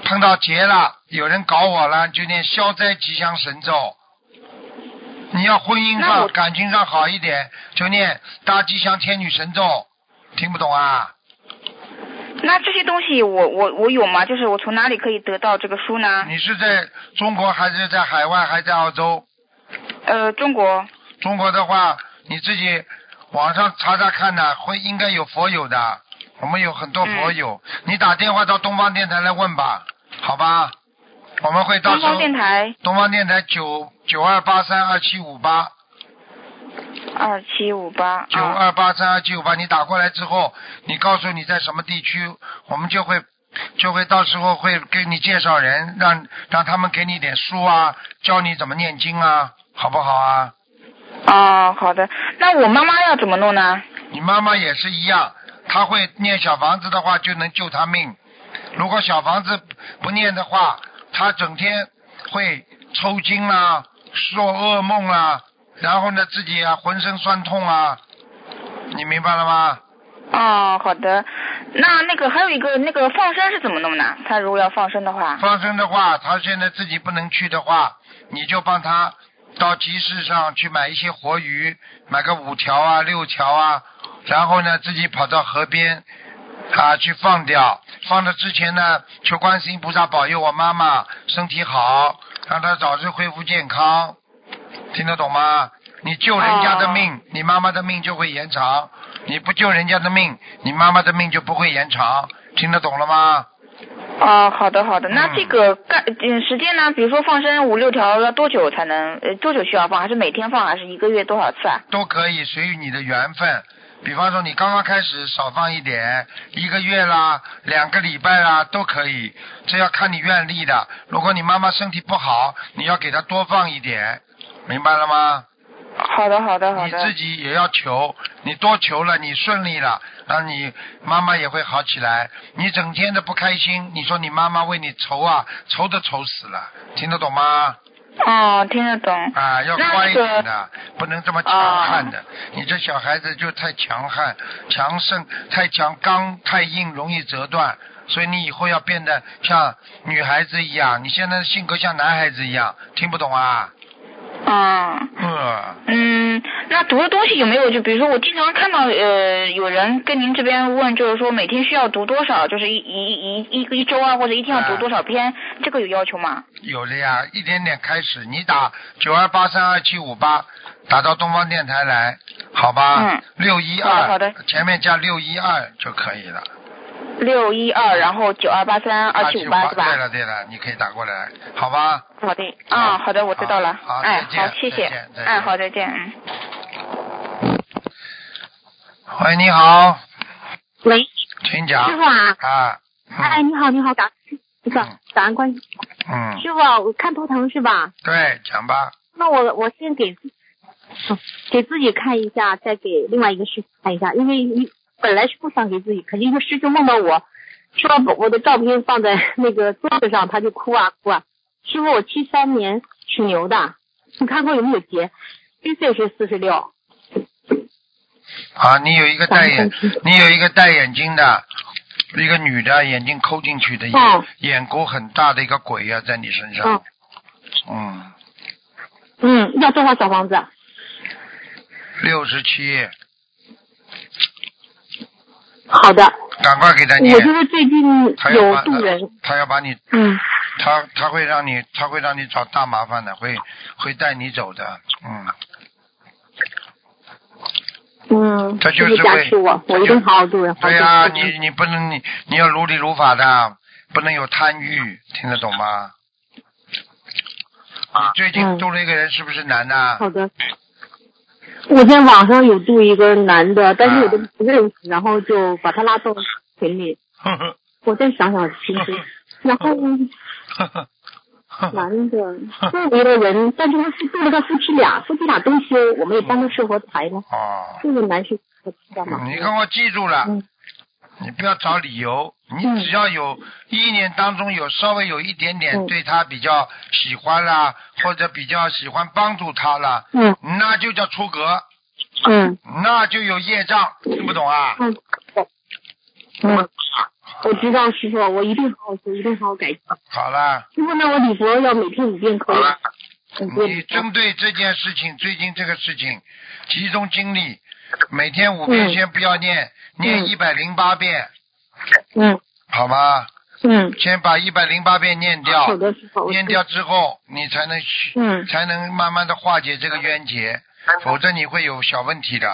Speaker 1: 碰到劫了，有人搞我了，就念消灾吉祥神咒。你要婚姻
Speaker 8: 那
Speaker 1: 上
Speaker 8: 我、
Speaker 1: 感情上好一点，就念大吉祥天女神咒。听不懂啊？
Speaker 8: 那这些东西我我我有吗？就是我从哪里可以得到这个书呢？
Speaker 1: 你是在中国还是在海外，还是在澳洲？
Speaker 8: 呃，中国
Speaker 1: 中国的话，你自己网上查查看呢、会应该有佛友的。我们有很多
Speaker 8: 嗯
Speaker 1: 佛友，你打电话到东方电台来问吧，好吧？我们会到
Speaker 8: 东
Speaker 1: 时候
Speaker 8: 方电台
Speaker 1: 东方电台九九二八三二七五八。
Speaker 8: 二七五八
Speaker 1: 九
Speaker 6: 哦
Speaker 8: 啊，
Speaker 1: 二八三二七五八，你打过来之后，你告诉你在什么地区，我们就会就会到时候会给你介绍人，让让他们给你点书啊，教你怎么念经啊，好不好啊？
Speaker 8: 哦，好的。那我妈妈要怎么弄呢？
Speaker 1: 你妈妈也是一样，她会念小房子的话，就能救她命。如果小房子不念的话，她整天会抽筋啦、做噩梦啦、然后呢自己啊浑身酸痛啊，你明白了吗？
Speaker 8: 哦，好的。那那个还有一个那个放生是怎么弄呢？他如果要放生的话，
Speaker 1: 放生的话，他现在自己不能去的话，你就帮他到集市上去买一些活鱼，买个五条啊、六条啊，然后呢自己跑到河边啊去放掉。放的之前呢，求观世音菩萨保佑我妈妈身体好，让她早日恢复健康。听得懂吗？你救人家的命，你妈妈的命就会延长；你不救人家的命，你妈妈的命就不会延长。听得懂了吗？
Speaker 8: 哦，好的好的。那
Speaker 1: 嗯
Speaker 8: 这个干嗯时间呢？比如说放生五六条要多久才能？呃，多久需要放？还是每天放？还是一个月多少次啊？
Speaker 1: 都可以，随于你的缘分。比方说，你刚刚开始少放一点，一个月啦，两个礼拜啦，都可以，这要看你愿力的。如果你妈妈身体不好，你要给她多放一点，明白了吗？
Speaker 8: 好的好的好
Speaker 1: 你自
Speaker 8: 的。
Speaker 1: 己也要求，你多求了，你顺利了，那你妈妈也会好起来。你整天的不开心，你说你妈妈为你愁啊，愁都愁死了，听得懂吗？
Speaker 8: 哦，听得懂。
Speaker 1: 啊，要
Speaker 8: 那
Speaker 1: 乖一
Speaker 8: 这
Speaker 1: 点
Speaker 8: 个啊
Speaker 1: 的，不能这么强悍的。你这小孩子就太强悍、强盛、太强刚、太硬，容易折断。所以你以后要变得像女孩子一样，你现在的性格像男孩子一样，听不懂啊？
Speaker 8: 嗯。
Speaker 1: 呃，
Speaker 8: 嗯，那读的东西有没有？就比如说，我经常看到呃，有人跟您这边问，就是说每天需要读多少，就是一一一一一周啊，或者一天要读
Speaker 1: 哎
Speaker 8: 多少篇，这个有要求吗？
Speaker 1: 有了呀，一点点开始。你打九二八三二七五八，打到东方电台来，好吧？
Speaker 8: 嗯。
Speaker 1: 六一
Speaker 8: 好的
Speaker 1: 二，
Speaker 8: 好的
Speaker 1: 前面加六一二就可以了。
Speaker 8: 六一二，然后九二八三二七五八
Speaker 1: 278
Speaker 8: 是
Speaker 1: 对
Speaker 8: 吧？
Speaker 1: 了对了，你可以打过来，好吧？嗯
Speaker 8: 好的，啊、好的，我知道了。
Speaker 1: 好好
Speaker 8: 哎，
Speaker 1: 再见
Speaker 8: 好，谢谢
Speaker 1: 再见。再见
Speaker 8: 哎，好，再见。嗯。
Speaker 1: 喂，你好，
Speaker 7: 喂，师
Speaker 1: 请讲
Speaker 7: 傅啊，
Speaker 1: 啊。
Speaker 7: 哎，
Speaker 1: 嗯
Speaker 7: 你好，你好，感那个感恩关系，
Speaker 1: 嗯，
Speaker 7: 师傅啊，我看图腾是吧？
Speaker 1: 对，讲吧。
Speaker 7: 那我我先给自、嗯给自己看一下，再给另外一个师傅看一下，因为你本来是不想给自己看，一个师兄梦到我说把我的照片放在那个桌子上，他就哭啊哭啊。师傅，我七三年属牛的，你看看有没有结？虚岁是四十六，
Speaker 1: 啊，你有一个戴眼
Speaker 7: 感恩关系，
Speaker 1: 你有一个戴眼镜的，一个女的，眼睛抠进去的，眼、
Speaker 7: 哦
Speaker 1: 眼沟很大的一个鬼啊，在你身上。
Speaker 7: 嗯，
Speaker 1: 嗯，
Speaker 7: 嗯，要多少小房子？
Speaker 1: 六十七，
Speaker 7: 好的，
Speaker 1: 赶快给他念
Speaker 7: 我。就是最近
Speaker 1: 他要
Speaker 7: 有
Speaker 1: 把
Speaker 7: 渡人，
Speaker 1: 他要把你，
Speaker 7: 嗯，
Speaker 1: 他他会让你，他会让你找大麻烦的，会会带你走的，嗯，
Speaker 7: 嗯，
Speaker 1: 他
Speaker 7: 谢
Speaker 1: 就是
Speaker 7: 谢加持
Speaker 1: 为
Speaker 7: 我，
Speaker 1: 他
Speaker 7: 我
Speaker 1: 就
Speaker 7: 一定好好度人。
Speaker 1: 对
Speaker 7: 呀、
Speaker 1: 呀、你
Speaker 7: 啊
Speaker 1: 你不能你你要如理如法的，不能有贪欲，听得懂吗？你最近
Speaker 7: 嗯
Speaker 1: 度了一个人，是不是男的？
Speaker 7: 好的。我在网上有度一个男的，但是我
Speaker 1: 嗯
Speaker 7: 都不认识，然后就把他拉到群里。
Speaker 1: 呵 呵
Speaker 7: 我再想想其实，哦然后 呢
Speaker 1: 呵呵呵呵
Speaker 7: 男的
Speaker 4: 嗯
Speaker 7: 度一嗯个人，但是他是度了个夫妻俩，夫妻俩都修，我们也
Speaker 4: 嗯
Speaker 7: 帮他设佛台嘛。
Speaker 1: 哦，
Speaker 7: 这个男是知道吗？
Speaker 1: 嗯你给我记住了
Speaker 7: 嗯，
Speaker 1: 你不要找理由，你
Speaker 7: 嗯
Speaker 1: 只要有一年当中有稍微有一点点
Speaker 7: 嗯
Speaker 1: 对他比较喜欢啦，或者比较喜欢帮助他啦，
Speaker 7: 嗯
Speaker 1: 那就叫出格，
Speaker 7: 嗯
Speaker 1: 那就有业障，听不懂啊？
Speaker 7: 嗯。嗯，我知道师傅，我一定好好修，一定好好改进。
Speaker 1: 好了。
Speaker 7: 师傅，那我礼佛要每天五遍可以吗？五
Speaker 1: 你
Speaker 7: 遍。
Speaker 1: 针对这件事情，最近这个事情，集中精力，每天五遍
Speaker 7: 嗯
Speaker 1: 先不要念，念一百零八遍，
Speaker 7: 嗯
Speaker 1: 好吗？
Speaker 7: 嗯，
Speaker 1: 先把一百零八遍念
Speaker 7: 好
Speaker 1: 掉，
Speaker 7: 的，师傅。我
Speaker 1: 念掉之后，你才能去
Speaker 7: 嗯
Speaker 1: 才能慢慢的化解这个冤结，否则你会有小问题的。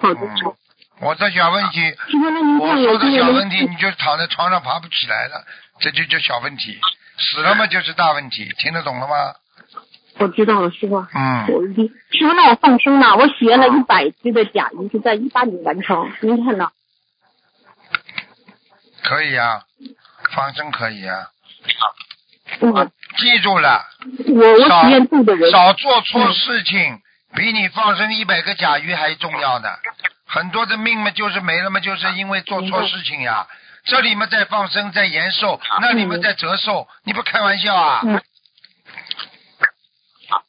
Speaker 7: 好的，师
Speaker 1: 嗯，我的小问题，
Speaker 7: 傅，那您
Speaker 1: 我
Speaker 7: 看
Speaker 1: 说
Speaker 7: 我
Speaker 1: 的
Speaker 7: 今
Speaker 1: 小
Speaker 7: 年
Speaker 1: 问题，你就躺在床上爬不起来了，这就叫小问题。死了嘛就是大问题，听得懂了吗？
Speaker 7: 我知道了，师傅，
Speaker 1: 嗯，
Speaker 7: 我一定。师傅，那我放生呢？我学了一百只的甲鱼，是在一八年完成，您看呢？
Speaker 1: 可以啊，放生可以啊。
Speaker 7: 嗯，
Speaker 1: 记住了，
Speaker 7: 我我体验度的人，
Speaker 1: 少做错事情，比你放生一百个甲鱼还重要呢。很多的命嘛，就是没了嘛，就是因为做错事情呀、这里嘛在放生，在延寿，那里嘛在折寿，你不开玩笑啊？
Speaker 7: 嗯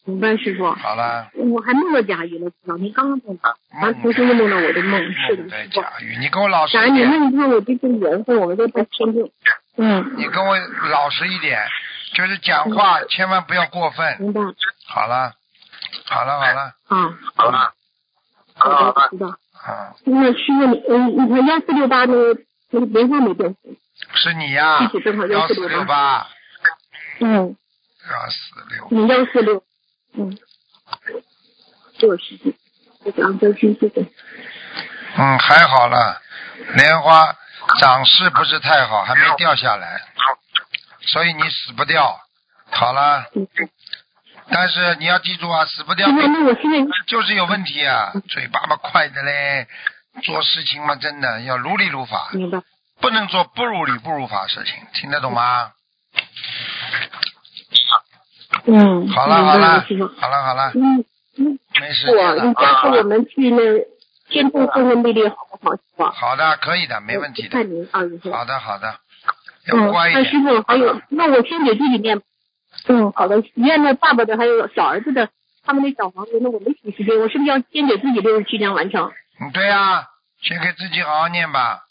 Speaker 7: 明白师傅？
Speaker 1: 好了，
Speaker 7: 我还梦到甲鱼了，师傅，您刚刚梦到，完
Speaker 1: 梦
Speaker 7: 同时又梦到我的梦，是
Speaker 1: 梦
Speaker 7: 的，
Speaker 1: 在
Speaker 7: 师傅。
Speaker 1: 甲鱼，你给我老实
Speaker 7: 感
Speaker 1: 一
Speaker 7: 恩你
Speaker 1: 点，
Speaker 7: 嗯问一问我这个缘分，我们就在天津。嗯，
Speaker 1: 你跟我老实一点，就是讲话千万不要过分。
Speaker 7: 明白
Speaker 1: 好了，好嗯了，好了，
Speaker 7: 啊，
Speaker 1: 好了，呃
Speaker 7: 好的，知道。
Speaker 1: 啊，
Speaker 7: 那师傅，你嗯，你看幺四六八那个那个莲花没变，
Speaker 1: 是你呀、
Speaker 7: 具体多少
Speaker 1: 幺
Speaker 7: 幺
Speaker 1: 四
Speaker 7: 四
Speaker 1: 六
Speaker 7: 六
Speaker 1: 八，
Speaker 7: 八？
Speaker 1: 幺
Speaker 7: 嗯，
Speaker 1: 四六。
Speaker 7: 你幺四六，嗯，给我时间，我想要听这个。
Speaker 1: 嗯，还好了，莲花长势不是太好，还没掉下来，所以你死不掉。好了，
Speaker 7: 嗯
Speaker 1: 但是你要记住啊，死不掉
Speaker 7: 师傅，那我现在
Speaker 1: 就是有问题啊，嘴巴嘛快的嘞，做事情嘛真的要如理如法，
Speaker 7: 明白，
Speaker 1: 不能做不如理不如法事情，听得懂吗？
Speaker 7: 嗯，
Speaker 1: 好了好
Speaker 7: 明白
Speaker 1: 了
Speaker 7: 师傅，
Speaker 1: 好了好了，
Speaker 7: 嗯嗯，
Speaker 1: 没时间
Speaker 7: 我
Speaker 1: 了
Speaker 7: 你。下次我们去那天津精神力量好不好？师傅，
Speaker 1: 好的，可以的，没问题的
Speaker 7: 看。您啊，以后。
Speaker 1: 好的好的，要
Speaker 7: 嗯，
Speaker 1: 乖一
Speaker 7: 那
Speaker 1: 点。
Speaker 7: 师傅还有，那我先给弟弟念吧。嗯，好的，念了爸爸的，还有小儿子的，他们的小房子，那我没几时间，我是不是要先给自己六十七张完成？
Speaker 1: 嗯，对呀、先给自己好好念吧。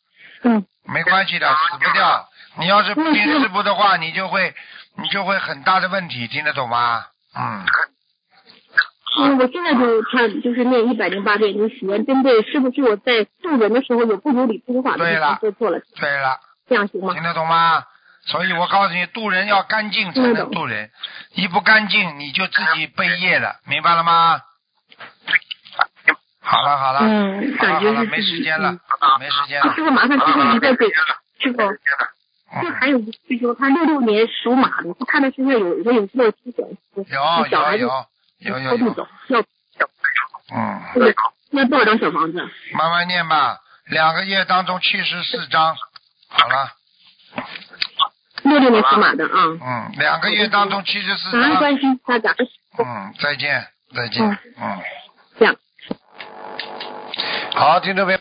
Speaker 7: 嗯。
Speaker 1: 没关系的，死不掉。你要是不听师傅的话，
Speaker 7: 嗯
Speaker 1: 你就会，你就会很大的问题，听得懂吗？嗯，
Speaker 7: 嗯，我现在就看就是念一百零八遍，您许愿针对是不是我在渡人的时候有不如理不如法的地
Speaker 1: 对了
Speaker 7: 方做错了，
Speaker 1: 对了，
Speaker 7: 这样行吗
Speaker 1: 听？得懂吗？所以我告诉你，渡人要干净才
Speaker 7: 听得
Speaker 1: 能
Speaker 7: 懂
Speaker 1: 渡人，一不干净你就自己背业了，明白了吗？好了好了，
Speaker 7: 嗯，
Speaker 1: 好了
Speaker 7: 感
Speaker 1: 好
Speaker 7: 觉
Speaker 1: 了，
Speaker 7: 是
Speaker 1: 没
Speaker 7: 自
Speaker 1: 时
Speaker 7: 己
Speaker 1: 间了
Speaker 7: 嗯，
Speaker 1: 没时间了
Speaker 7: 啊，师。傅，麻烦师傅您再给师傅，这
Speaker 1: 嗯
Speaker 7: 还有一个师兄，他六六年属马的，他看他身上有一个有没有七点，
Speaker 1: 有
Speaker 7: 小
Speaker 1: 有
Speaker 7: 孩子
Speaker 1: 有有有
Speaker 7: 偷渡
Speaker 1: 有，
Speaker 7: 走，要
Speaker 1: 嗯，
Speaker 7: 要多少张小房子？
Speaker 1: 慢慢念吧，两个月当中七十四章，好了，
Speaker 7: 六六年属马的啊，
Speaker 1: 嗯，两个月当中七十四
Speaker 7: 感恩
Speaker 1: 章，
Speaker 7: 关心大家，
Speaker 1: 嗯，再见，再见，嗯，
Speaker 7: 这样。
Speaker 1: 好，听众朋友。